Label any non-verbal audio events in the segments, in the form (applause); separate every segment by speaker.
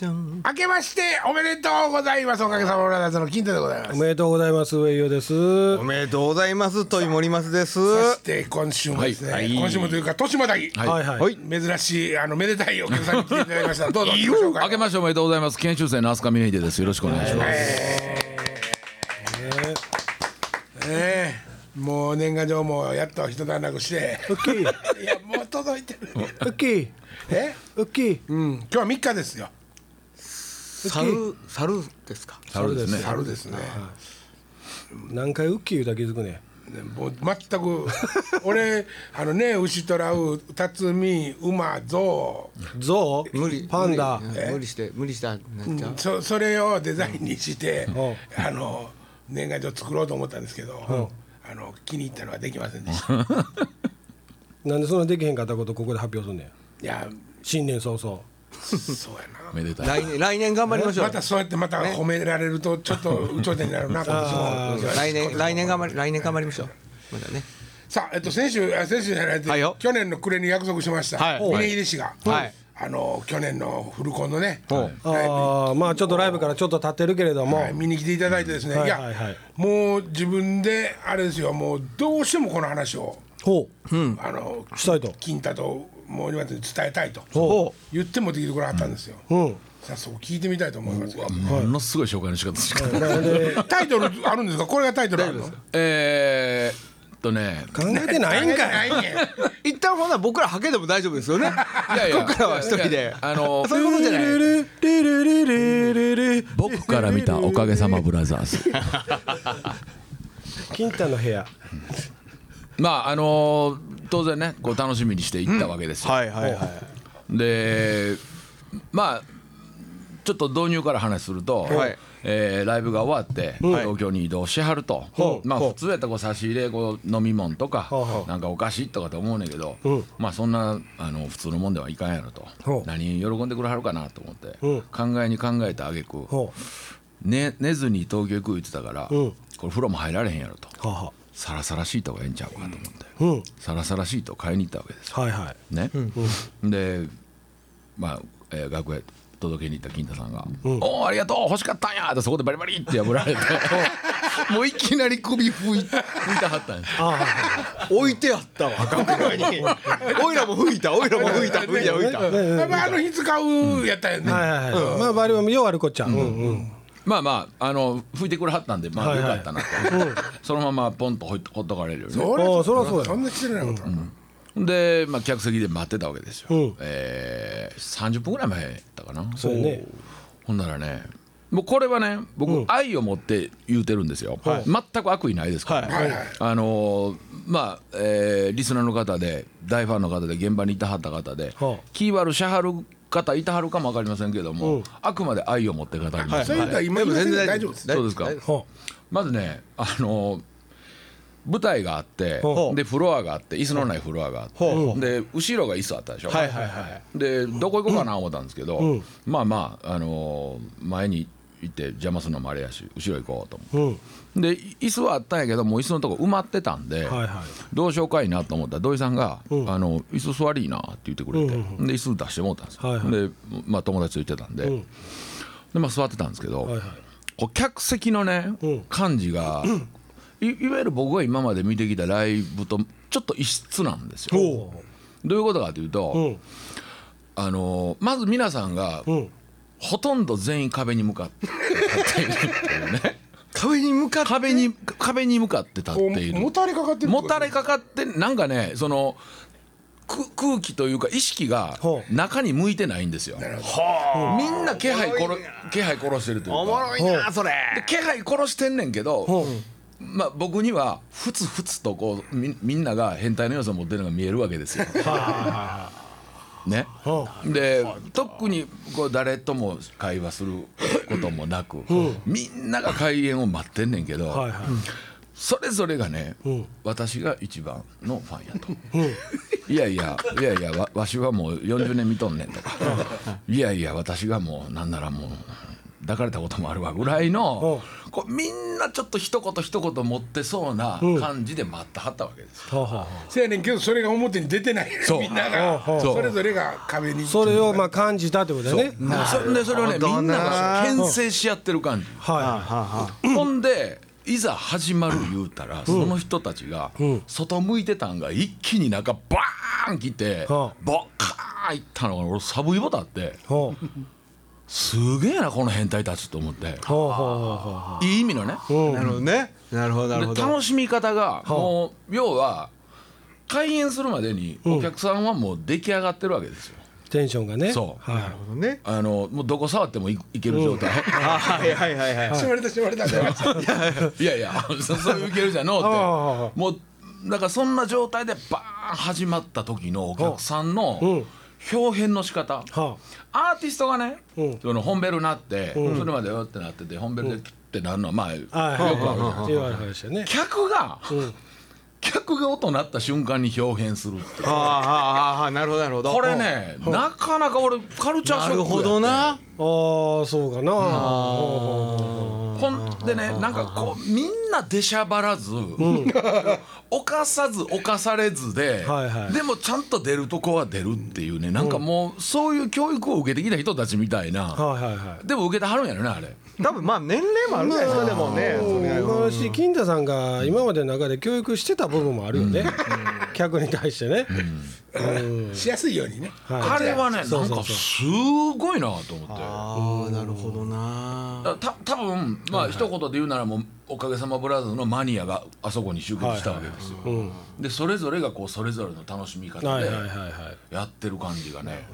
Speaker 1: じゃん
Speaker 2: 明けましておめでとうございますおかげさまブラザーズの金太でございま
Speaker 1: お
Speaker 2: す
Speaker 1: めでとうございます上井雄です
Speaker 3: おめでとうございます。とい森松です。
Speaker 2: そして今週もですね、
Speaker 3: はいはい
Speaker 2: 今週もというか豊島大、
Speaker 4: はい
Speaker 1: はいはい
Speaker 3: はい。
Speaker 2: 珍しいあのめでたいお客さんに来ていただきましたどうぞ行きましょうか
Speaker 4: 明けましておめでとうござ (laughs) います。研修生の飛鳥峰秀です。よろしくお願いします。
Speaker 2: ええもう年賀状もやっと一段落して
Speaker 1: ウッキー
Speaker 2: いやもう届いてる
Speaker 1: ウッキー
Speaker 2: え
Speaker 1: ウッキー
Speaker 2: うん今日は3日ですよ
Speaker 3: 猿猿ですか。
Speaker 4: そうですね。
Speaker 2: 春ですね、
Speaker 1: 何回ウッキー言うたら気づくね
Speaker 2: ねもう全く俺あのね牛とらう辰巳馬象
Speaker 1: ゾウ
Speaker 3: 無理。
Speaker 1: パンダ
Speaker 3: 無理無理して無理したなっちゃう。
Speaker 2: そそれをデザインにして、あの年賀状作ろうと思ったんですけど、あの気に入ったのはできませんでした、い
Speaker 1: なんでそんなできへんかったことここで発表すんねん
Speaker 2: や
Speaker 1: 新年早々
Speaker 2: そうや
Speaker 4: お
Speaker 3: (laughs)
Speaker 4: めでたい。
Speaker 3: 来年来年頑張りまし
Speaker 2: な
Speaker 3: ょ
Speaker 2: ま
Speaker 3: う。
Speaker 2: たそうやってまた褒められるとちょっとうちょになるな今年も
Speaker 3: 来年来年頑張り来年頑張りましょう。まだね。
Speaker 2: さあ、えっと、先週あ先週じゃないで、
Speaker 3: はいよ
Speaker 2: 去年の暮れに約束しました、
Speaker 3: はい
Speaker 2: 峰秀氏が、
Speaker 3: はい
Speaker 2: あの去年のフルコンのね、
Speaker 3: ほ
Speaker 2: ライブに
Speaker 1: ああまあちょっとライブからちょっと経ってるけれども
Speaker 2: はい見に来ていただいてですね、
Speaker 1: はい
Speaker 2: いや、
Speaker 1: はいはい
Speaker 2: もう自分であれですよもうどうしてもこの話を、
Speaker 1: ほう
Speaker 2: あの
Speaker 1: したいと
Speaker 2: 金太と森松に伝えたいと
Speaker 1: ほ
Speaker 2: 言ってもできるところあったんですよ、
Speaker 1: うん
Speaker 2: 早速聞いてみたいと思いますけど
Speaker 4: ものすごい紹介の仕方しかない。
Speaker 2: タイトルあるんですかこれがタイトルあるの
Speaker 4: えーっとね。
Speaker 1: 考えてないんかい
Speaker 2: いねん
Speaker 3: 一旦ほな僕らハケでも大丈夫ですよね。
Speaker 4: いやいや
Speaker 3: ここからは一人
Speaker 4: いやい
Speaker 3: で
Speaker 4: や。あの
Speaker 3: (laughs) そういうことじゃない。
Speaker 1: ルルルルルルルル
Speaker 4: 僕から見たおかげさまブラザーズ。
Speaker 3: (laughs)
Speaker 1: 金太の部屋
Speaker 4: まああのー当然ね、こう楽しみにしていったわけですよ。
Speaker 3: はいはいはい。
Speaker 4: でまあちょっと導入から話すると、
Speaker 3: はい
Speaker 4: えーライブが終わって、東京に移動しはると、
Speaker 1: ほう
Speaker 4: まあ
Speaker 1: ほう
Speaker 4: 普通やったらこう差し入れこう飲み物とか、
Speaker 1: ほうほう
Speaker 4: なんかお菓子とかと思うねんだけど、
Speaker 1: うん
Speaker 4: まあそんなあの普通のもんではいかんやろと、
Speaker 1: ほう
Speaker 4: 何喜んでくれはるかなと思って、
Speaker 1: うん
Speaker 4: 考えに考えた挙句
Speaker 1: ほ
Speaker 4: 寝寝ずに東京行く言ってたから、
Speaker 1: うん
Speaker 4: これ風呂も入られへんやろと
Speaker 1: うはは
Speaker 4: サラサラシートがええんちゃうかと思って、
Speaker 1: うん
Speaker 4: サラサラシートを買いに行ったわけですよ
Speaker 1: はいはい
Speaker 4: ね、でまあ、えー楽屋届けに行った金太さんが「おおありがとう欲しかったんや!」ってそこでバリバリって破られて
Speaker 1: (laughs)
Speaker 4: もういきなり首拭い拭いたはったんです
Speaker 1: ああ
Speaker 3: (laughs)
Speaker 1: は
Speaker 3: 置いてあったわ。楽屋に。 (laughs) おいらも吹いた。おいらも吹いた。吹いた吹いた。
Speaker 1: い
Speaker 2: やっ (laughs) ぱあの日使うやったよね、
Speaker 1: はいはいはいまあバリバリようあるこっちゃうんうん
Speaker 4: まあまああの拭いてくれはったんでま
Speaker 1: は
Speaker 4: あ
Speaker 1: い
Speaker 4: よ
Speaker 1: はい
Speaker 4: かったなと、そのままポンとほっとほっとかれるよね
Speaker 2: そりゃ
Speaker 1: ああそりゃそうや
Speaker 2: そんな失礼なこと、
Speaker 4: で、まあ、客席で待ってたわけですよ、
Speaker 1: うん
Speaker 4: えー30分ぐらい前やったかな
Speaker 1: そうやね
Speaker 4: ほんならねもうこれはね僕、愛を持って言うてるんですよ、
Speaker 1: はい
Speaker 4: 全く悪意ないですから、ね
Speaker 2: はいはい
Speaker 4: あのーまあ、えーリスナーの方で大ファンの方で現場にいたはった方で、
Speaker 1: はあ
Speaker 4: キーワードしゃはる方いたはるかも分かりませんけども、
Speaker 1: うん
Speaker 4: あくまで愛を持って語りますので、
Speaker 2: そういうことは今
Speaker 3: で
Speaker 2: 言
Speaker 3: も
Speaker 2: いませんけ
Speaker 3: 全
Speaker 2: ど
Speaker 3: 然
Speaker 2: 大丈夫です
Speaker 4: そうですか
Speaker 3: 大丈夫
Speaker 1: ほ
Speaker 4: まずねあのー舞台があって
Speaker 1: ほう
Speaker 4: でフロアがあって椅子のないフロアがあ
Speaker 3: ほ
Speaker 4: ってで後ろが椅子あったでしょ、
Speaker 3: はいはいはい。
Speaker 4: でどこ行こうかな思ったんですけど、
Speaker 1: うん
Speaker 4: まあまあ、あのー前に行って邪魔するのもあれやし後ろ行こうと思って
Speaker 1: ううん
Speaker 4: で椅子はあったんやけどもう椅子のとこ埋まってたんで、
Speaker 1: はいは
Speaker 4: どうしようかいなと思ったら土井さんが「
Speaker 1: ん
Speaker 4: あの椅子座りいな」って言ってくれて、
Speaker 1: うん
Speaker 4: で椅子出してもうたんですよ、
Speaker 1: はいはい
Speaker 4: で、まあ、友達と行ってたんで,、
Speaker 1: うん
Speaker 4: でまあ、座ってたんですけど、
Speaker 1: はいはい
Speaker 4: こう客席のね、
Speaker 1: うん
Speaker 4: 感じが、いいわゆる僕が今まで見てきたライブとちょっと異質なんですよ。
Speaker 1: ほ
Speaker 4: どういうことかというと、
Speaker 1: ううん
Speaker 4: あのまず皆さんが
Speaker 1: うん
Speaker 4: ほとんど全員壁に向かっ
Speaker 1: (laughs)
Speaker 4: て立っているっていうね
Speaker 3: 壁に向かって。
Speaker 4: 壁に壁に向かって立っ
Speaker 2: こう
Speaker 4: ている
Speaker 2: もたれかかってる
Speaker 4: もたれかかってなんかねそのく空気というか意識が
Speaker 1: ほう
Speaker 4: 中に向いてないんですよみんな気配殺気配殺してるとい
Speaker 3: お
Speaker 4: う
Speaker 3: も
Speaker 4: か
Speaker 3: ろいなそれ。
Speaker 4: で気配殺してんねんけど、まあ、僕にはふつふつとこうみみんなが変態の要素を持ってるのが見えるわけですよ。ね、
Speaker 1: ほ
Speaker 4: で特にこう誰とも会話することもなく、みんなが開演を待ってんねんけど、
Speaker 1: うはいはい
Speaker 4: それぞれがね、
Speaker 1: ん
Speaker 4: 私が一番のファンやと。いやいやいやいやわわしはもう40年見とんねんとかいやいや私がもうなんならもう抱かれたこともあるわぐらいのこうみんなちょっと一言一言持ってそうな感じで待ったはったわけですよ
Speaker 1: はあはあ
Speaker 2: せやねんけどそれが表に出てない
Speaker 4: そう
Speaker 2: みんなが
Speaker 1: ほう
Speaker 4: ほう
Speaker 2: それぞれが壁に
Speaker 1: それをまあ感じたってことだよね
Speaker 4: そんでそれをね
Speaker 3: な
Speaker 4: み
Speaker 3: るほど
Speaker 4: ん
Speaker 3: な
Speaker 4: なが牽制し合ってる感じ
Speaker 1: は
Speaker 4: ほんでいざ始まる言うたら、その人たちが外向いてたんが一気に中バーン来て、
Speaker 1: はあ
Speaker 4: ボッカーンいったのが俺サブイボだって
Speaker 1: いほう
Speaker 4: すげえなこの変態たちと思って
Speaker 1: ほうほうほうほう
Speaker 4: いい意味のね
Speaker 3: なるほどねなるほどなるほ
Speaker 4: で
Speaker 3: ど
Speaker 4: 楽しみ方がもう要は開演するまでにお客さんはもう出来上がってるわけですよ。
Speaker 1: テンションがね
Speaker 4: そう
Speaker 1: はい
Speaker 3: なるほどね
Speaker 4: あのもうどこ触ってもいいける状態、
Speaker 3: はいはいはいはい
Speaker 2: 縛れた縛れた縛れた
Speaker 4: いやい (laughs) やそそういうけるじゃのう
Speaker 1: ああああ
Speaker 4: ってもうだからそんな状態でバーン始まった時のお客さんの表現の仕方、
Speaker 1: は
Speaker 4: アーティストがね、
Speaker 1: うん
Speaker 4: そのホンベルなって、それまでよってなっててホンベルでってなるのはまあ、
Speaker 1: あはいはいはいっていう話だね
Speaker 4: 客が、
Speaker 1: ん
Speaker 4: 客が音鳴った瞬間に表現するっていう
Speaker 3: ああああああなるほどなるほど
Speaker 4: これねなかなか俺カルチャーショックやっ
Speaker 3: な
Speaker 4: て
Speaker 3: るほどな
Speaker 1: ああそうかな
Speaker 4: ほんでねなんかこうみんな出しゃばらず、犯さず犯されずで、
Speaker 1: はいはい
Speaker 4: でもちゃんと出るとこは出るっていうねなんかもうそういう教育を受けてきた人たちみたいな、
Speaker 1: はいはいはい
Speaker 4: でも受けてはるんやろねあれ
Speaker 3: 多分まあ年齢もあるんじゃないですかでもねそれ
Speaker 1: 今のし金田さんが今までの中で教育してた部分もあるよね客に対してね
Speaker 2: しやすいようにね
Speaker 1: はい
Speaker 4: あれはね
Speaker 1: そう
Speaker 4: なん
Speaker 1: そうそう
Speaker 4: かすごいなと思って。
Speaker 3: ああなるほどな
Speaker 4: だからた多分まあ一言で言うならもうおかげさまブラザーズのマニアがあそこに集結したわけですよ、でそれぞれがこうそれぞれの楽しみ方
Speaker 1: はい
Speaker 4: で
Speaker 1: はいはいはい
Speaker 4: やってる感じがね、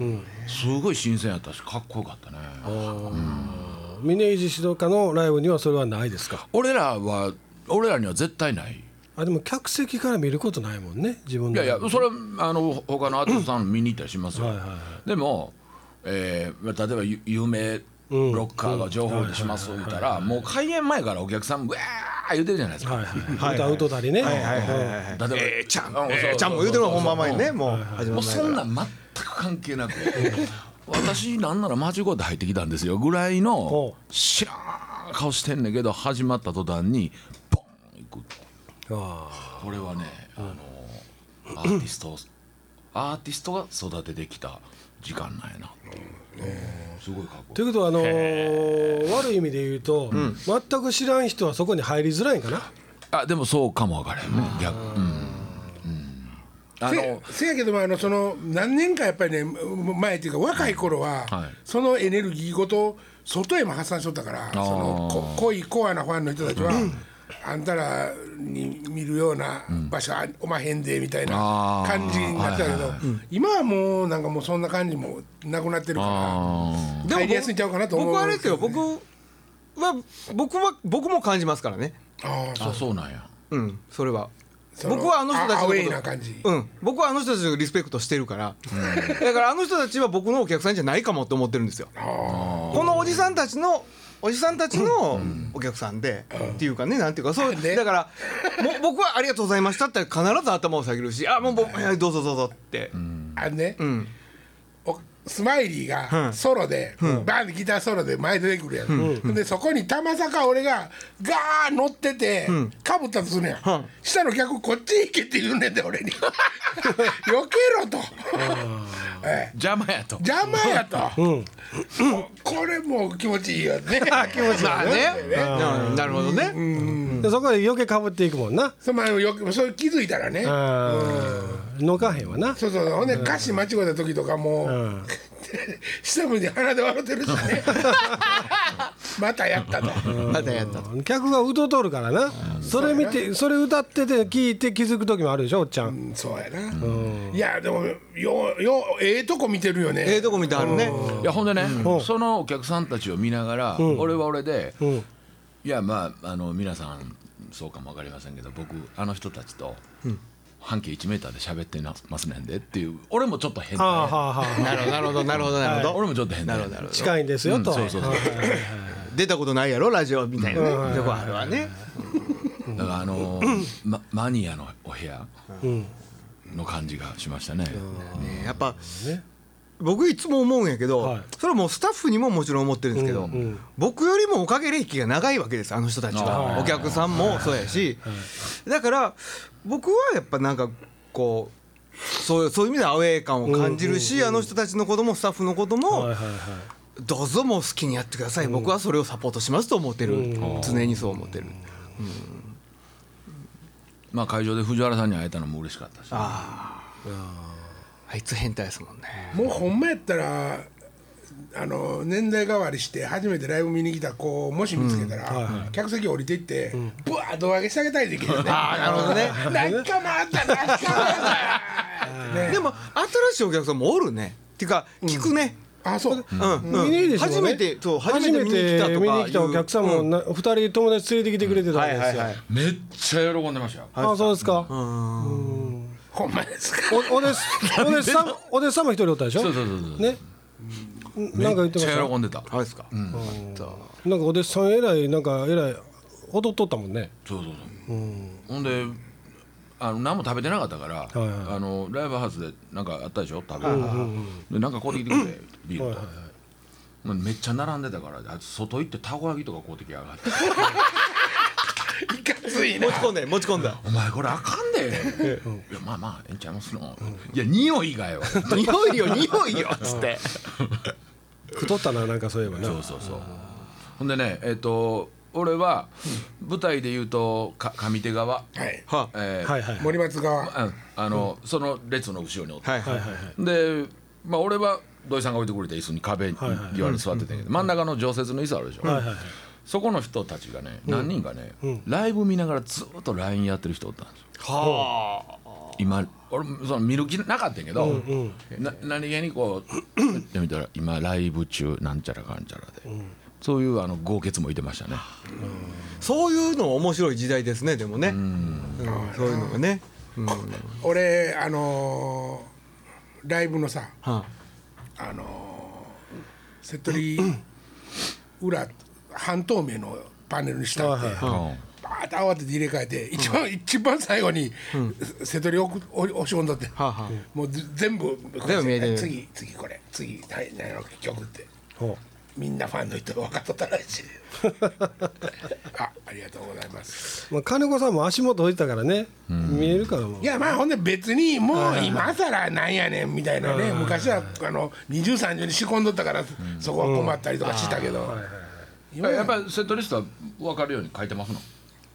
Speaker 4: すごい新鮮やったしかっこよかったね、
Speaker 1: 峰石指導家のライブにはそれはないですか
Speaker 4: 俺らは俺らには絶対ない
Speaker 1: あでも客席から見ることないもんね自分
Speaker 4: い
Speaker 1: の
Speaker 4: やいやそれはあの他のアーティストさん見に行ったりしますよ、
Speaker 1: はいはいは
Speaker 4: でも、えー例えばゆ有名ロッカーが情報でします言ったらもう開演前からお客さんうわー言うてるじゃないですか、
Speaker 1: はいはい歌うとたりね
Speaker 3: はいはいはいはいはい
Speaker 4: 例えば
Speaker 3: えーちゃん
Speaker 4: うん
Speaker 3: え
Speaker 4: そ
Speaker 3: ー
Speaker 4: う
Speaker 3: ちゃんも言うてるの本番前にねもう始ま
Speaker 4: もう
Speaker 3: る前
Speaker 4: そ
Speaker 3: か
Speaker 4: んな
Speaker 3: ら
Speaker 4: ん全く関係なく私なんなら間違うて入ってきたんですよぐらいの
Speaker 1: ほ
Speaker 4: 知らん顔してんねんけど始まった途端にボンいく
Speaker 1: あ
Speaker 4: これはねあのアーティストアーティストが育ててきた時間なんやなっていうすごいかっこ
Speaker 1: と
Speaker 4: いい
Speaker 1: いうことはあのー悪い意味で言うと全く知らん人はそこに入りづらいんかな
Speaker 4: あでもそうかもわからへんね逆うんうんあの
Speaker 2: せせやけどもあのその何年かやっぱりね前っていうか若い頃は、
Speaker 4: はい
Speaker 2: そのエネルギーごと外へも発散しとったからそのこ濃いコアなファンの人たちは、あんたらに見るような場所あおまへんでみたいな
Speaker 4: あー
Speaker 2: 感じになってたけど、今はもうなんかもうそんな感じもなくなってるか
Speaker 4: あ
Speaker 2: ら入りやすいんちゃうかなと思う
Speaker 3: 僕あれですよ
Speaker 2: けど
Speaker 3: 僕は僕は僕も感じますからね
Speaker 2: あー
Speaker 4: ーあそうなんや
Speaker 3: うんそれは
Speaker 2: その
Speaker 3: 僕はあの人たち
Speaker 2: ア
Speaker 3: の
Speaker 2: アウ
Speaker 3: こ
Speaker 2: ェイ
Speaker 3: と
Speaker 2: な感じ、
Speaker 3: うん、僕はあの人たちをリスペクトしてるから、だからあの人たちは僕のお客さんじゃないかもって思ってるんですよこのおじさんたちのおじさんたちのお客さんで、っていうかねなんていうかそうだからもう僕は「ありがとうございました」って必ず頭を下げるし「あもう僕はいどうぞどうぞ」って、
Speaker 2: あのね、
Speaker 3: ん
Speaker 2: おスマイリー
Speaker 3: う
Speaker 2: が
Speaker 3: ん
Speaker 2: ソロで、バーンってギターソロで前出てくるやん、でそこにたまさか俺がガー乗ってて、かぶったとするやん、
Speaker 3: うん
Speaker 2: 下の客こっち行けって言うねんで俺
Speaker 3: (laughs)
Speaker 2: によけろと、ええ
Speaker 4: 邪魔やと
Speaker 2: 邪魔やと、ここれもう気持ちいいよね気持ちいい
Speaker 3: まあね、うんなるほどね、
Speaker 1: でそこで余計かぶっていくもんな
Speaker 2: その前もよくそれ気づいたらね、
Speaker 1: のかへんわな
Speaker 2: そうそうほんで歌詞間違えた時とかもう、
Speaker 1: ん
Speaker 2: (laughs) 下向いて鼻で笑ってるしね (laughs) またやったと
Speaker 3: またやったと
Speaker 1: 客が歌うとるからなそれ見てそれ歌ってて聞いて気づく時もあるでしょおっちゃん
Speaker 2: そうやな、いやでもよよええとこ見てるよね
Speaker 3: ええとこ見てあるね
Speaker 4: いやほんでね、そのお客さんたちを見ながら、俺は俺で、
Speaker 1: ん
Speaker 4: いやまああの皆さんそうかもわかりませんけど僕あの人たちと半径1メーターで喋ってなますねんでっていう俺もちょっと
Speaker 1: あ
Speaker 4: 変態
Speaker 1: あはあはあ
Speaker 3: なるほどなるほどなるほどなるほど
Speaker 4: 俺もちょっと変態
Speaker 3: なるほどなるほど
Speaker 1: 近いんですよと
Speaker 4: うんそうそうそう
Speaker 1: はい
Speaker 3: 出たことないやろラジオみたいなね、とこあるわね、
Speaker 4: だからあのまマニアのお部屋の感じがしましたね、
Speaker 3: ねやっぱ、僕いつも思うんやけど、
Speaker 1: はい
Speaker 3: それはもうスタッフにももちろん思ってるんですけど、
Speaker 1: うんうん
Speaker 3: 僕よりもおかげ歴が長いわけですあの人たち
Speaker 4: あ
Speaker 3: は
Speaker 4: ー
Speaker 3: お客さんもそうやし、だから僕はやっぱなんかこうそういうそういう意味でアウェー感を感じるし、あの人たちのこともスタッフのことも、
Speaker 1: はいはいはい
Speaker 3: どうぞもう好きにやってください、僕はそれをサポートしますと思ってる、常にそう思ってる、
Speaker 4: まあ会場で藤原さんに会えたのも嬉しかったし
Speaker 3: あいつ変態ですもんね
Speaker 2: もうほんまやったらあの年代変わりして初めてライブ見に来た子をもし見つけたら、客席降りていって、ぶわー胴上げしてあげたいできるね
Speaker 3: あーなるほどね
Speaker 2: なんかまたなんかまたね
Speaker 3: でも新しいお客さんもおるねっていうか聞くね、
Speaker 2: あそう、
Speaker 3: うんうん
Speaker 1: 見にでしょうね
Speaker 3: 初めてそう初
Speaker 1: 初め
Speaker 3: めて見に来たと
Speaker 1: て
Speaker 3: か
Speaker 1: 見に来たお客さんも
Speaker 3: うん
Speaker 1: な二人友達連れてきてくれてたんですよ
Speaker 3: はいはいはい
Speaker 4: めっちゃ喜んでましたよ
Speaker 1: あそうですか
Speaker 2: ほんまですか
Speaker 1: おお弟子
Speaker 4: (laughs)
Speaker 1: お弟子さんお弟子さんも一人おったでしょ
Speaker 4: そうそうそうそう
Speaker 1: ね
Speaker 4: め
Speaker 1: なんか言
Speaker 4: っ
Speaker 1: って
Speaker 4: ち
Speaker 1: まし
Speaker 4: ゃ喜
Speaker 1: た
Speaker 4: んでた
Speaker 3: あれですか、
Speaker 1: なんかお弟子さんえらいなんかえらい踊っとったもんね
Speaker 4: そうそうそう、ほんであの何も食べてなかったから、
Speaker 1: いはい
Speaker 4: あのライブハウスで何かあったでしょ食べる、でなんか買うてきてくれ、ビールと、めっちゃ並んでたからあいつ外行ってたこ焼きとか買うてきやがって
Speaker 2: いかついな
Speaker 3: 持ち込んで持ち込んだ
Speaker 4: お前これあかんで、いやまあまあええんちゃいますの、いや匂いがよ匂いよ匂いよっつって
Speaker 1: 太ったななんかそういえばな
Speaker 4: そうそうそうほんでねえっ、と俺は舞台で言うとか上手側、
Speaker 2: はい
Speaker 3: は
Speaker 4: えー
Speaker 1: はいはいはい
Speaker 2: 森松側
Speaker 4: うんあの、その列の後ろにおって、
Speaker 3: はいはい
Speaker 1: はいはい
Speaker 4: で、まあ、俺は土井さんが置いてくれた椅子に壁に
Speaker 1: はいはい
Speaker 4: 際に座ってたんやけど真ん中の常設の椅子あるでしょ、
Speaker 1: はいはいはい
Speaker 4: そこの人たちがね何人かね、ライブ見ながらずっと LINE やってる人おったんですよ
Speaker 3: は
Speaker 4: 今俺その見る気なかったんやけど、な何気にこう (clears throat) やってみたら今ライブ中なんちゃらかんちゃらで、そういうあの豪傑もいてましたね
Speaker 3: そういうの面白い時代ですねでもね、うんそういうのがね、うんは
Speaker 2: 俺あのーライブのさ
Speaker 3: あ
Speaker 2: あのーセットリー裏半透明のパネルにしたって、
Speaker 4: うん
Speaker 2: バーッと慌てて入れ替えて一番、一番最後に瀬戸利を押し込んだって、
Speaker 3: はあはあ
Speaker 2: もうぜ全部
Speaker 3: 全部見えてる
Speaker 2: 次次これ次何何やろ曲って
Speaker 1: ほ
Speaker 2: みんなファンの人が分かっとったら
Speaker 3: (laughs)
Speaker 2: しいあありがとうございます
Speaker 1: うまあ金子さんも足元置いてたからね見えるからもう
Speaker 2: いやまあほんで別にもう今更なんやねんみたいなね昔はあの2030に仕込んどったからそこは困ったりとかしたけど、今
Speaker 4: や
Speaker 2: や
Speaker 4: っぱりセットリストは分かるように書いてますの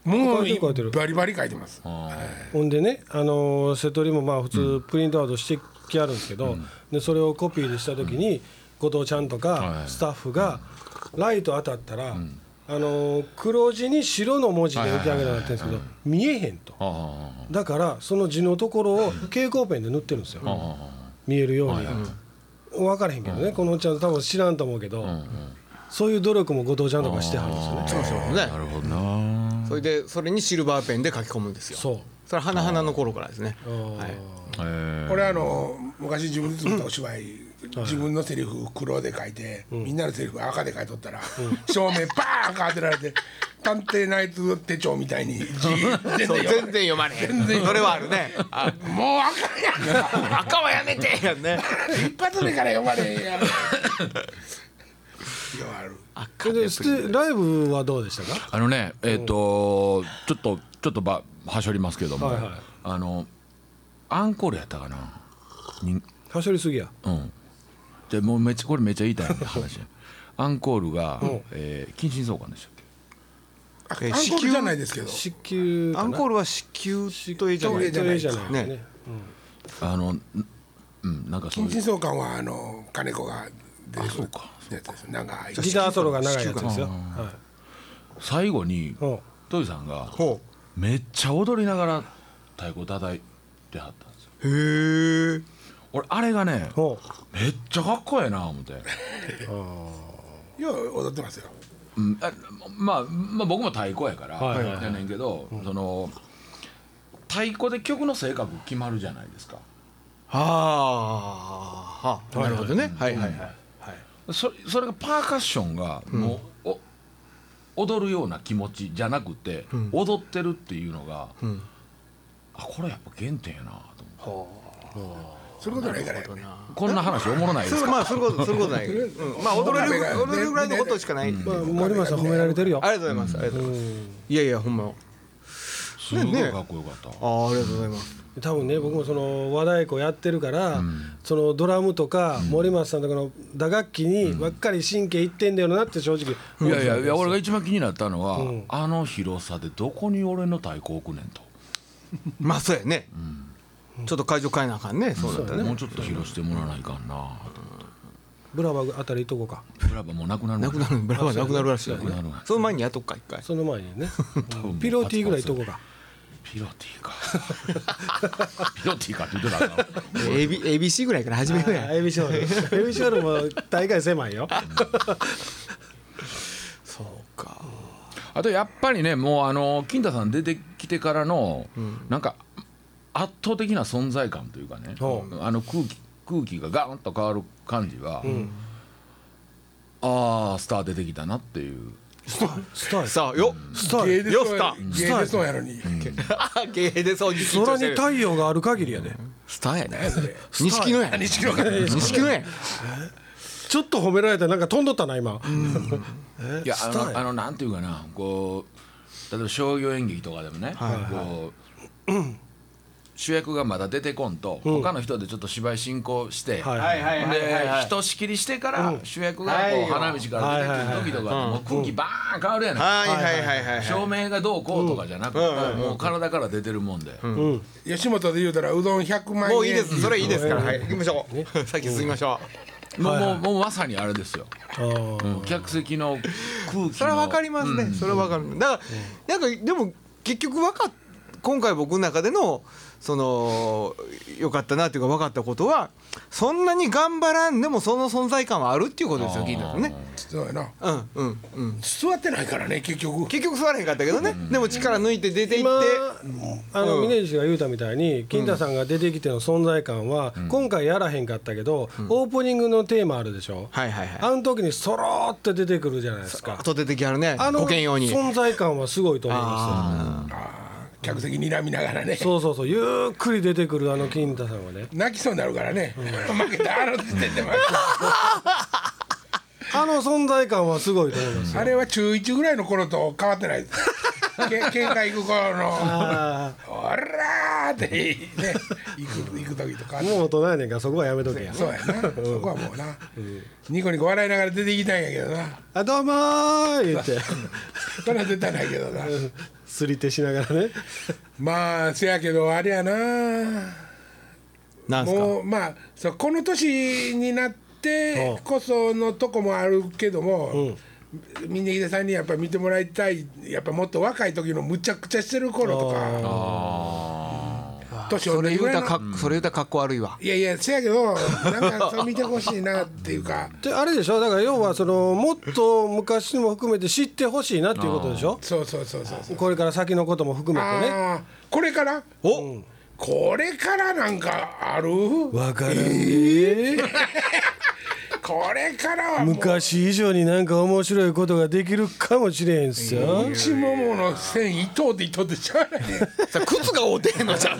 Speaker 2: も
Speaker 1: 書いてる書いてる
Speaker 2: うバリバリ書いてます
Speaker 1: ほんでね、あのー瀬戸利もまあ普通プリントアウトしてきあるんですけど、でそれをコピーにした時に後藤ちゃんとか
Speaker 4: い
Speaker 1: スタッフがライト当たったら、あのー黒字に白の文字で浮き上げられてるんですけど見えへんと
Speaker 4: ああ
Speaker 1: だからその字のところを蛍光ペンで塗ってるんですよ、見えるように、分からへんけどね、このおっちゃん多分知らんと思うけど、そういう努力も後藤ちゃんとかしてはるんですよね
Speaker 2: そうそう
Speaker 3: ね
Speaker 4: なるほどな
Speaker 3: それでそれにシルバーペンで書き込むんですよ
Speaker 1: そう
Speaker 3: それは花々の頃からですねはい
Speaker 4: え
Speaker 2: 俺あの昔自分で作ったお芝居、自分のセリフ黒で書いて、みんなのセリフ赤で書いとったら、照明バーン赤当てられて「探偵ナイト手帳」みたいに字全然
Speaker 3: そう
Speaker 2: 読
Speaker 3: 全然読まれへんそれはあるねあ
Speaker 2: まもう赤やんか
Speaker 3: 赤はやめてやんね
Speaker 2: 一発目から読まれへんやろいやある
Speaker 1: それでステライブはどうでしたか
Speaker 4: あのね、えっ、と、ちょっと、ちょっとば、はしょりますけども、
Speaker 1: はいはい
Speaker 4: あの。アンコールやったかな。に
Speaker 1: はしょりすぎや
Speaker 4: うん。で、もう、めっちゃ、これめっちゃ言いたい
Speaker 1: (laughs)
Speaker 4: 話。アンコールが、えー、近親相関でしたっ
Speaker 2: あ
Speaker 3: えー
Speaker 2: アンコールじゃないですけど
Speaker 1: 子宮
Speaker 3: ア
Speaker 1: か
Speaker 3: ン
Speaker 1: な
Speaker 3: コールは子宮と絵じゃない
Speaker 2: 子宮じゃ
Speaker 1: そ
Speaker 2: ない
Speaker 1: れじゃないね
Speaker 3: ね
Speaker 4: け。あの、んうん、なんか、そう
Speaker 2: 近親
Speaker 4: いう。
Speaker 2: 相関はあの金子が出てくる
Speaker 4: あそうか
Speaker 2: やつです長い
Speaker 1: ギターソロが長いやつですよは
Speaker 4: 最後に
Speaker 1: い、うん
Speaker 4: トイさんが、
Speaker 3: ほ
Speaker 4: めっちゃ踊りながら、太鼓叩いてはったんですよ。
Speaker 3: うへえ
Speaker 4: 俺、あれがね、
Speaker 1: ほ
Speaker 4: めっちゃかっこええな、思って。
Speaker 2: いや踊ってますよ
Speaker 4: うんあまあ、まあ僕も太鼓やから
Speaker 1: はいはいはい
Speaker 4: やねんけど、その太鼓で曲の性格決まるじゃないですか
Speaker 3: ああなるほどねはいはいはい
Speaker 4: そそれがパーカッションがもう、お踊るような気持ちじゃなくて、踊ってるっていうのが、あこれやっぱ原点やなと思って。
Speaker 2: そういうことないから
Speaker 4: こんな話おもろないです
Speaker 3: そ
Speaker 4: か
Speaker 3: う (laughs) まあそういうことそういうことない、うん、まあ踊れる踊れるぐらいのことしかない、
Speaker 1: まあ、森松さん褒められてるよ
Speaker 3: あ。りがとうございます、ありがとうございますいやいやほんます
Speaker 4: ごいかっこよかった、
Speaker 3: あーありがとうございます
Speaker 1: 多分ね僕もその和太鼓やってるから、そのドラムとか森松さんとかの打楽器にばっかり神経いってんだよなって正直
Speaker 4: いやいやいや俺が一番気になったのは、あの広さでどこに俺の太鼓置くねんと、
Speaker 3: まあそうやね、ちょっと会場変えなあかんねそうだったらね
Speaker 4: もうちょっと広してもらわないかんな
Speaker 1: ブラバあたり行っとこうか
Speaker 4: ブラバもうなくなる
Speaker 3: なくなるブラボーなくなるらしいよ
Speaker 4: なくなる
Speaker 3: ねその前にやっとくか一
Speaker 1: (laughs)
Speaker 3: 回
Speaker 1: その前にねピロティぐらい行っとこうか
Speaker 4: ピロティか (laughs) ピロティかって言ってたらあかん
Speaker 3: AB ABC ぐらいから始めようや
Speaker 1: エビショールエビショールも大概狭いよ
Speaker 3: そうか
Speaker 4: あとやっぱりねもうあの金太さん出てきてからの、なんか圧倒的な存在感というかね、
Speaker 1: ほ
Speaker 4: あの空気空気がガーンと変わる感じは、ああスター出てきたなっていう
Speaker 1: スタイル
Speaker 3: さあよスタ
Speaker 2: 芸で
Speaker 3: よ
Speaker 2: そう
Speaker 3: ス
Speaker 2: や芸
Speaker 3: タ
Speaker 2: でそうやのに
Speaker 3: ー芸でそうに緊張
Speaker 1: 空
Speaker 3: して
Speaker 1: に
Speaker 3: る
Speaker 1: 太陽がある限りやで、
Speaker 3: (laughs) スターやね錦野やね
Speaker 2: 錦野か
Speaker 3: (laughs) 錦野や
Speaker 1: ちょっと褒められたらなんか飛んどったな今、 (laughs)
Speaker 4: いやあ
Speaker 1: スタイ
Speaker 4: のあのなんていうかなこう例えば商業演劇とかでもね、こう主役がまだ出てこんと、他の人でちょっと芝居進行して、
Speaker 1: はい
Speaker 3: はい
Speaker 4: でひとしきりしてから主役がこう花道から出てくる時とかもう空気バーン変わるやない、
Speaker 3: はいはいはいはい
Speaker 4: 照明がどうこうとかじゃなくて、もう体から出てるもんで、
Speaker 2: 吉本で言うたらうどん100万円
Speaker 3: もういいですそれいいですからはい行きましょ (laughs) う先進みましょ
Speaker 4: もうもうもうまさにあれですよ、
Speaker 1: あー
Speaker 4: うん客席の空気
Speaker 3: うそれはわかりますねそれはわかるだからなんかでも結局わかっ今回僕の中でのその良かったなっていうか分かったことはそんなに頑張らんでもその存在感はあるっていうことですよ聞いたのね
Speaker 2: そうやな
Speaker 3: うんうんうん
Speaker 2: 座ってないからね結局
Speaker 3: 結局座れへんかったけどねでも力抜いて出ていって
Speaker 1: 今あの峰岸が言うたみたいに金太さんが出てきての存在感は、今回やらへんかったけど、オープニングのテーマあるでしょ、
Speaker 3: はいはいはい
Speaker 1: あの時にそろって出てくるじゃないですか
Speaker 3: 後出てきはるね
Speaker 1: あの
Speaker 3: 保険用に
Speaker 1: 存在感はすごいと思いま
Speaker 3: あ
Speaker 2: 客席睨みながらね
Speaker 1: すよそうそうそうゆっくり出てくるあの金太さんはね
Speaker 2: 泣きそうになるからね負けたあの時点で負け
Speaker 1: あの存在感はすごいと思います
Speaker 2: たあれは中1ぐらいの頃と変わってないけ喧嘩行く頃の
Speaker 1: あ
Speaker 2: 「おら!」ってね行く行く時とか
Speaker 1: あもう大人やねんからそこはやめとけや
Speaker 2: そうやなそこはもうなニコニコ笑いながら出てきたんやけどな
Speaker 1: あどうもー言って
Speaker 2: それは出たないけどな
Speaker 1: すり手しながらね
Speaker 2: まあせやけどあれやな
Speaker 3: ーなんすか
Speaker 2: もうまあそうこの年になってこそのとこもあるけども、峰秀さんにやっぱ見てもらいたいやっぱもっと若い時のむちゃくちゃしてる頃とか年を
Speaker 3: それ
Speaker 2: ねぐ
Speaker 3: 言う
Speaker 2: ら
Speaker 3: た
Speaker 2: い
Speaker 3: らか
Speaker 2: の
Speaker 3: っそれ言うたらかっこ悪いわ
Speaker 2: いやいやせやけどなんかそう見てほしいなっていう
Speaker 3: (laughs)
Speaker 2: か
Speaker 1: であれでしょだから要はそのもっと昔も含めて知ってほしいなっていうことでしょ
Speaker 2: そうそうそうそうそう
Speaker 1: これから先のことも含めてね
Speaker 2: ああこれから
Speaker 3: お、
Speaker 2: これからなんかある
Speaker 1: わからんね
Speaker 2: これからはもう
Speaker 1: 昔以上になんか面白いことができるかもしれへんすよ
Speaker 2: うちももの線一等で一等でしゃあないね
Speaker 3: さ靴が合うてへんのじゃん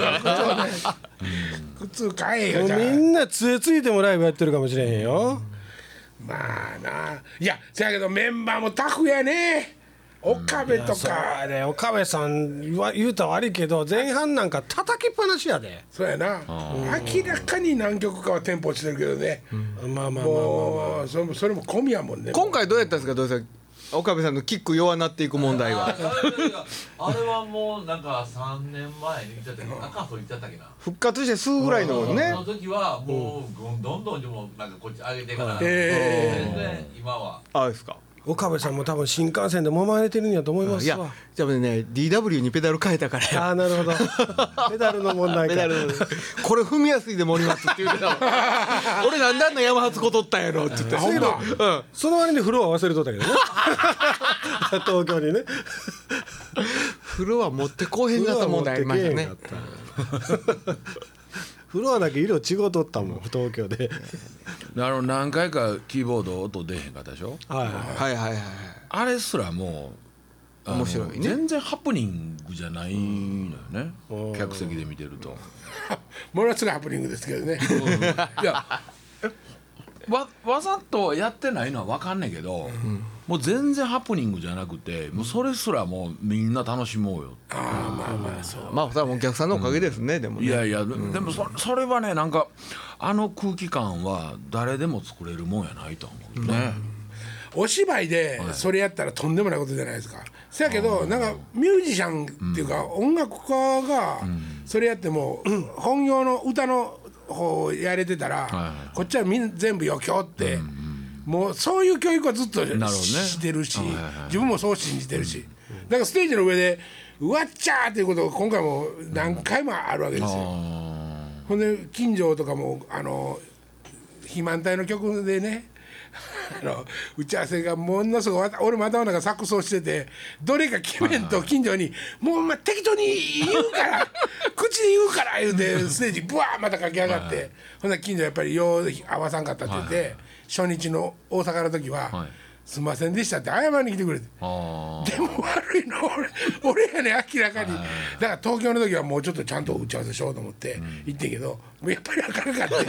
Speaker 2: 普通買えよ
Speaker 1: もう
Speaker 2: じゃあ
Speaker 1: みんな杖ついてもライブやってるかもしれへんよ
Speaker 2: まあないやせやけどメンバーもタフやね岡部と
Speaker 1: そう
Speaker 2: か、
Speaker 1: やで岡部さんは言うたら悪いけど前半なんか叩きっぱなしやで
Speaker 2: そうやな明らかに何曲かはテンポしてるけどね、
Speaker 1: まあまあまあ
Speaker 2: もうそれもそれも込みやもんね
Speaker 3: 今回どうやったんですかどうですか岡部さんのキック弱なっていく問題は
Speaker 5: あれは (laughs) もうなんか3年前に言ってたけど赤楚言ってたっけな
Speaker 3: 復活してすぐぐらいのね
Speaker 5: その時はもうどんどんでもなんかこっち上げていかな全
Speaker 2: え
Speaker 5: 然今は
Speaker 3: あですか
Speaker 1: 岡部さんも多分新幹線で揉まれてるんやと思いま
Speaker 3: い
Speaker 1: す
Speaker 3: や
Speaker 1: わ
Speaker 3: 多分ね DW にペダル変えたからや
Speaker 1: ああなるほ
Speaker 3: (laughs)
Speaker 1: どペダルの問題
Speaker 3: ペ
Speaker 1: か
Speaker 3: ダル (laughs) これ踏みやすいで森松って言うてたわ (laughs) 俺なんであんな山初こ取ったんやろって言って
Speaker 2: ほんま
Speaker 3: うん
Speaker 1: その割にフロア忘れとったけ
Speaker 3: (laughs)
Speaker 1: どね東京にね
Speaker 3: フロア持ってこうへんかった問題ありましたね
Speaker 1: (laughs) フロアだけ色違うとったもん東京で
Speaker 4: あの何回かキーボード音出へんかったでしょ
Speaker 1: はい
Speaker 3: はいはいはい
Speaker 4: あれすらもう
Speaker 3: 面白いね
Speaker 4: 全然ハプニングじゃないのよね、客席で見てると、
Speaker 2: ものすごいハプニングですけどね
Speaker 4: いやえわわざとやってないのは分かんねんけど、もう全然ハプニングじゃなくてもうそれすらもうみんな楽しもうよって
Speaker 3: まあそれはお客さんのおかげですね、でもね
Speaker 4: いやいや、でもそそれはねなんかあの空気感は誰でも作れるもんやないと思うね、
Speaker 2: お芝居でそれやったらとんでもないことじゃないですかせやけどなんかミュージシャンっていうか音楽家がそれやっても本業の歌の方をやれてたら
Speaker 4: は
Speaker 2: こっちはみん全部余興ってもうそういう教育はずっと
Speaker 4: ほどね
Speaker 2: してるし自分もそう信じてるしだからステージの上でうわっちゃーっていうことが今回も何回もあるわけですよ。ほんで近所とかもあの肥満体の曲でね (laughs) あの打ち合わせがものすごい俺も頭の中錯綜しててどれか決めんと近所に「もうま適当に言うから (laughs) 口で言うから」言うてステージブワーまた駆け上がってほんなら近所やっぱりよう合わさんかったって言って初日の大阪の時は
Speaker 4: はい
Speaker 2: 「すんませんでした」って謝りに来てくれて。
Speaker 4: あ
Speaker 2: でも悪いのは俺俺やね明らかにだから東京の時はもうちょっとちゃんと打ち合わせしようと思って行ってんけど、もうやっぱりあかんかった (laughs) よ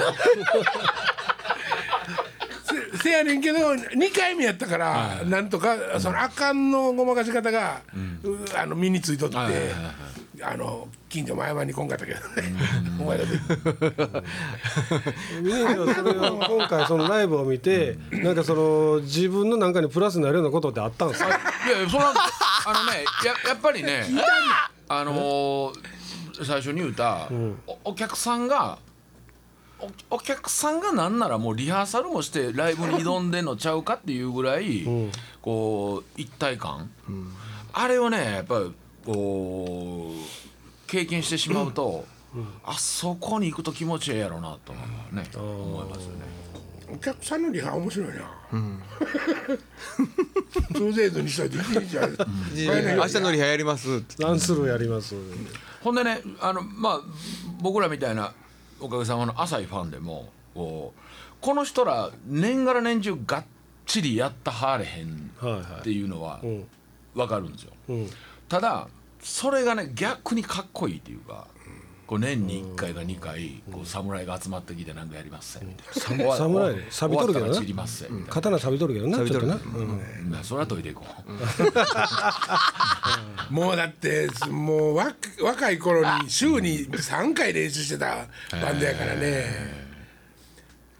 Speaker 2: せせやねんけど2回目やったから、なんとかそのあかんのごまかし方が、うあの身についとって、
Speaker 4: はいはいはい
Speaker 2: あの近所前々にこんかったけどね、 (laughs) お前だって
Speaker 1: 峰岸はそれを今回そのライブを見てなんかその自分のなんかにプラスになるようなことってあったんですか
Speaker 4: あいやいやそれはあのねややっぱりねあのー最初に言うた、おお客さんがおお客さんがなんならもうリハーサルもしてライブに挑んでんのちゃうかっていうぐらい、こう一体感、あれをねやっぱりこう経験してしまうと、あそこに行くと気持ちええやろなとはね、思いますよね。
Speaker 2: お客さんのリハ面白いな、 (laughs) ツーデイズにしといて1日やる
Speaker 3: 明日のリハやりますって
Speaker 1: ランスルーやります
Speaker 4: ほんでねあの、まあ、僕らみたいなおかげさまの浅いファンでもこうこの人ら年がら年中がっちりやったはれへん
Speaker 1: はいは
Speaker 4: って
Speaker 1: い
Speaker 4: いうのは
Speaker 1: ん
Speaker 4: 分かるんですよ。
Speaker 1: うん
Speaker 4: ただそれがね逆にかっこいいっていうか。こう年に1回か2回こう侍が集まってきて何かやりますせみたいな
Speaker 1: 侍
Speaker 4: 終わ終わ
Speaker 1: 錆びとるけどな
Speaker 4: 終わったら散りますせみたい
Speaker 1: 刀錆びとるけどなちょっとなうん
Speaker 4: なまあそれは研いでいこ
Speaker 2: もうだってもう若若い頃に週に3回練習してたバンドやからね、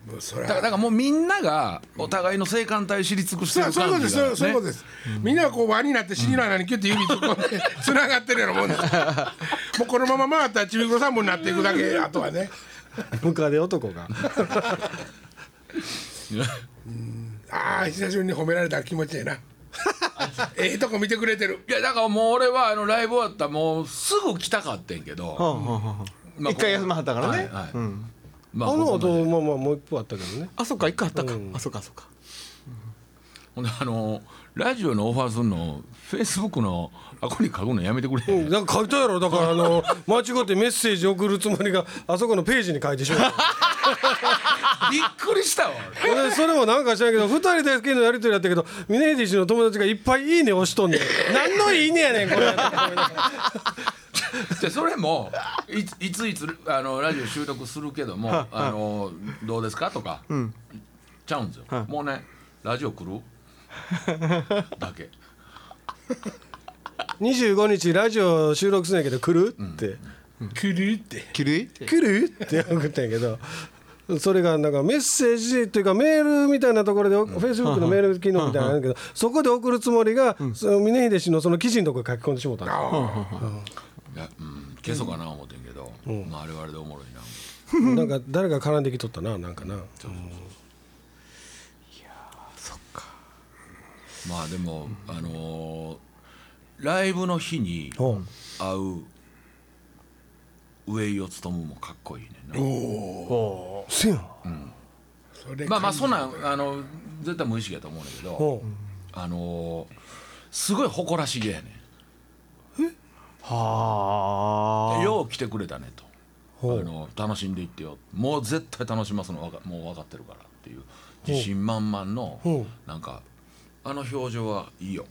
Speaker 2: もうそれ
Speaker 4: うだからだからもうみんながお互いの性感帯知り尽くして
Speaker 2: そう
Speaker 4: る
Speaker 2: そういうこと
Speaker 4: 感
Speaker 2: で
Speaker 4: じ
Speaker 2: す
Speaker 4: が
Speaker 2: そうそういうこと
Speaker 4: ね
Speaker 2: です、みんながこう輪になって死にの穴にキュッて指突っ込んでつながってるようなもんです (laughs) もうこのまま回ったらちびこ三本になっていくだけあとはね
Speaker 1: ムカデ男が
Speaker 4: (laughs)
Speaker 2: ああ久しぶりに褒められたら気持ち (laughs) いいなええとこ見てくれてる
Speaker 4: いやだからもう俺はあのライブ終わったらもうすぐ来たかってんけど、
Speaker 3: うんうんうんうん
Speaker 4: まあ
Speaker 3: 一回休まはったからね、
Speaker 4: はいはい
Speaker 3: うん
Speaker 4: ま
Speaker 1: あ
Speaker 4: あ
Speaker 1: の
Speaker 4: ここまで
Speaker 1: 後まあまあもう一歩あったけどね
Speaker 3: あそっか一回あったか、あそっかそっか
Speaker 4: ほんであのラジオのオファーするのフェイスブックのあここに書くのやめてくれ、 (laughs)
Speaker 1: なんか書いたやろだからあ (laughs) の間違ってメッセージ送るつもりがあそこのページに書いてしまった
Speaker 4: びっくりしたわ俺
Speaker 1: 俺それもなんか知らんけど2人だけのやり取りやったけど峰岸の友達がいっぱい「いいね」押しとんねん何の「いいね」やねんこれ
Speaker 4: じゃあそれもいついついつあのラジオ収録するけども「あのどうですか?」とか、ちゃうんですよ、もうね「ラジオ来る? 」だけ
Speaker 1: 25日ラジオ収録すんやけど来るって
Speaker 2: キリって
Speaker 3: キリって
Speaker 1: 来るって送ったんやけどそれがなんかメッセージっていうかメールみたいなところでフェイスブックのメール機能みたいなのあるけどそこで送るつもりがその峰秀氏のその記事のところ書き込んでしもうたんですよ
Speaker 4: いや、うん、消そうかな思ってんけど、まああれはあれでおもろい
Speaker 1: な
Speaker 4: な。
Speaker 1: んか誰が絡んできとったななんかな
Speaker 4: まあでも、あのーライブの日に会
Speaker 1: うん
Speaker 4: う上井を務むもかっこいいねんな
Speaker 1: せやん
Speaker 2: それ
Speaker 4: まあまあそんなんあの絶対無意識やと思うんだけど、
Speaker 1: うん
Speaker 4: あのーすごい誇らしげやね
Speaker 3: は
Speaker 4: ん
Speaker 3: あ
Speaker 4: よう来てくれたねと、
Speaker 1: ほ
Speaker 4: あ
Speaker 1: う
Speaker 4: の楽しんでいってよもう絶対楽しますのわかもう分かってるからっていう自信満々の
Speaker 1: ほ
Speaker 4: なんかあの表情はいいよ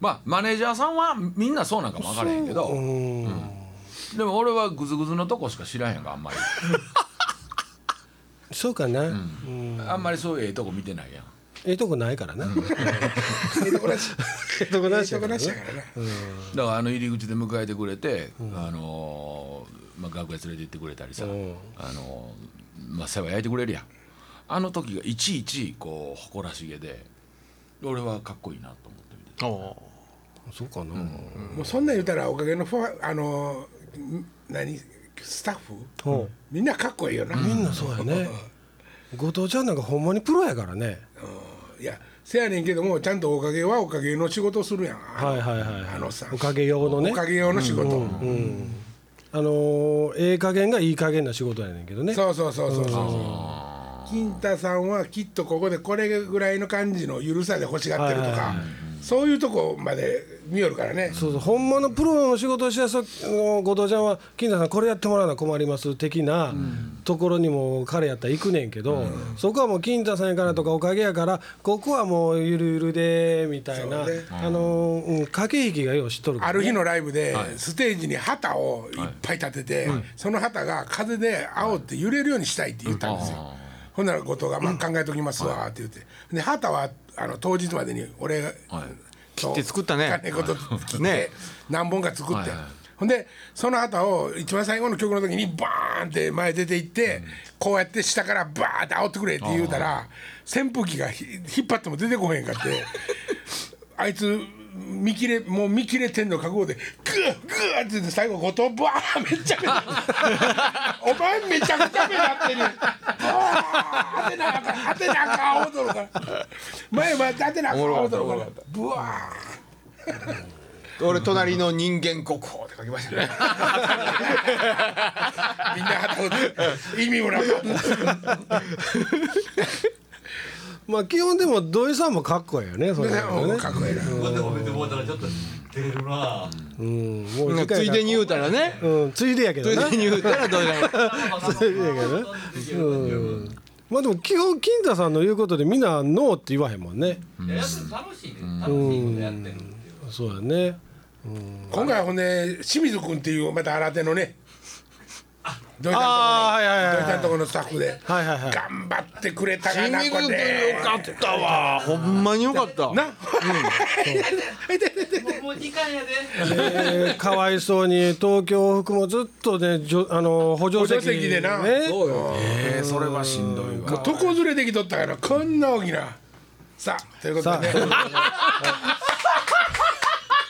Speaker 4: まあマネージャーさんはみんなそうなんかも分からへんけど、でも俺はグズグズのとこしか知らへんがあんまり
Speaker 1: そうかな、
Speaker 4: あんまりそういうええとこ見てないやん
Speaker 1: ええとこないからな、
Speaker 2: ええとこなし
Speaker 1: ええとこ
Speaker 2: え
Speaker 1: な
Speaker 2: え
Speaker 1: しや
Speaker 2: とこ
Speaker 1: から
Speaker 2: な
Speaker 1: な
Speaker 2: しやからな
Speaker 4: だからあの入り口で迎えてくれて、あのーまあ、楽屋連れて行ってくれたり
Speaker 1: ん
Speaker 4: さ、あのーまあ、世話焼いてくれるやんあの時がいちいちこう誇らしげで俺はかっこいいなと思って見て
Speaker 3: おお
Speaker 1: そうかな、
Speaker 2: もうそんなん言うたらおかげのファあのん何スタッフ
Speaker 1: ほ
Speaker 2: みんなかっこいいよな、
Speaker 1: うみんなそうやね (laughs) 後藤ちゃんなんかほんまにプロやからね
Speaker 2: (laughs) いやせやねんけどもちゃんとおかげはおかげの仕事をするやん、
Speaker 1: はいはいはい
Speaker 2: あのさ
Speaker 1: おかげ用のね
Speaker 2: おかげ用の仕事、
Speaker 1: あのーええ加減がいい加減な仕事やねんけどね
Speaker 2: そうそうそうそうそうそう金太さんはきっとここでこれぐらいの感じの許さで欲しがってると
Speaker 1: はいはい
Speaker 2: かそういうとこまで見よるからね
Speaker 1: そうそうほんまのプロの仕事をしてさあの後藤ちゃんは「金田さんこれやってもらうのは困ります」的なところにも彼やったら行くねんけど、そこはもう金田さんやからとかおかげやからここはもうゆるゆるでみたいな、
Speaker 2: そうね
Speaker 1: あのーうん駆け引きがよう知っとるか
Speaker 2: あ
Speaker 1: ら、
Speaker 2: る
Speaker 1: ね、
Speaker 2: 日のライブでステージに旗をいっぱい立ててその旗が風で煽って揺れるようにしたいって言ったんですよほんなら後藤が「まあ考えときますわ」って言ってで旗はあの当日までに俺が切
Speaker 3: 切って作ったね
Speaker 2: 金子と切って
Speaker 3: ね
Speaker 2: 何本か作って、
Speaker 4: はいはい
Speaker 2: ほんでその旗を一番最後の曲の時にバーンって前出て行って、こうやって下からバーンって煽ってくれって言うたら扇風機がひ引っ張っても出てこへんかって (laughs) あいつ見切れもう見切れてんの覚悟でグーグーって言って最後後藤バーンめっちゃ目立って
Speaker 4: (laughs)
Speaker 2: お前めちゃくちゃ目立ってる当てなあかん当てなあかん思うとるから前前当てなあかん思うとるからブワーン
Speaker 3: 俺隣の人間国宝って書きましたね
Speaker 2: みんな旗を意味もなかった
Speaker 1: まあ基本でも土井さんもかっこいいよねそれね
Speaker 2: もうかっこいいな
Speaker 5: ここで褒めてもうたらちょっと照れるな
Speaker 1: うんもう
Speaker 3: うん
Speaker 1: 次回
Speaker 3: ついでに言うたらね
Speaker 1: うんついでやけ
Speaker 3: つ
Speaker 1: ど
Speaker 3: い
Speaker 1: な
Speaker 3: でに言うたらどうだろう
Speaker 1: ついでやけどなうんまあでも基本金田さんの言うことでみんなノーって言わへんもんね
Speaker 5: いややっぱ楽しいね楽しいことやってるっていう
Speaker 1: そうやね
Speaker 2: 今回はほんで清水君っていうまた新手のね土井
Speaker 1: あーはいはいはい
Speaker 2: さんとこのスタッフで
Speaker 1: はいはいはい
Speaker 2: 頑張ってくれたがな
Speaker 3: 君
Speaker 2: こ
Speaker 3: 君
Speaker 2: れ
Speaker 3: よかったわほんまによかったな
Speaker 5: もうもう時間やで
Speaker 1: えーかわいそうに東京を含もずっとねじょあの補助席
Speaker 2: 補助席でな
Speaker 1: ね
Speaker 4: そうよええそれはしんどいわ
Speaker 2: もう床ずれてきとったからこんな大きなさあということでね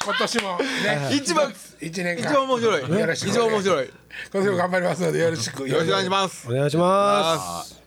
Speaker 2: 今年もね
Speaker 3: (laughs) 一番
Speaker 2: 一年
Speaker 3: 一
Speaker 2: 間
Speaker 3: 番面白い
Speaker 2: よろしく
Speaker 3: 一番面白いよ
Speaker 2: 今年も頑張りますのでよろしくよ
Speaker 3: ろしくお願いします
Speaker 1: お願いします。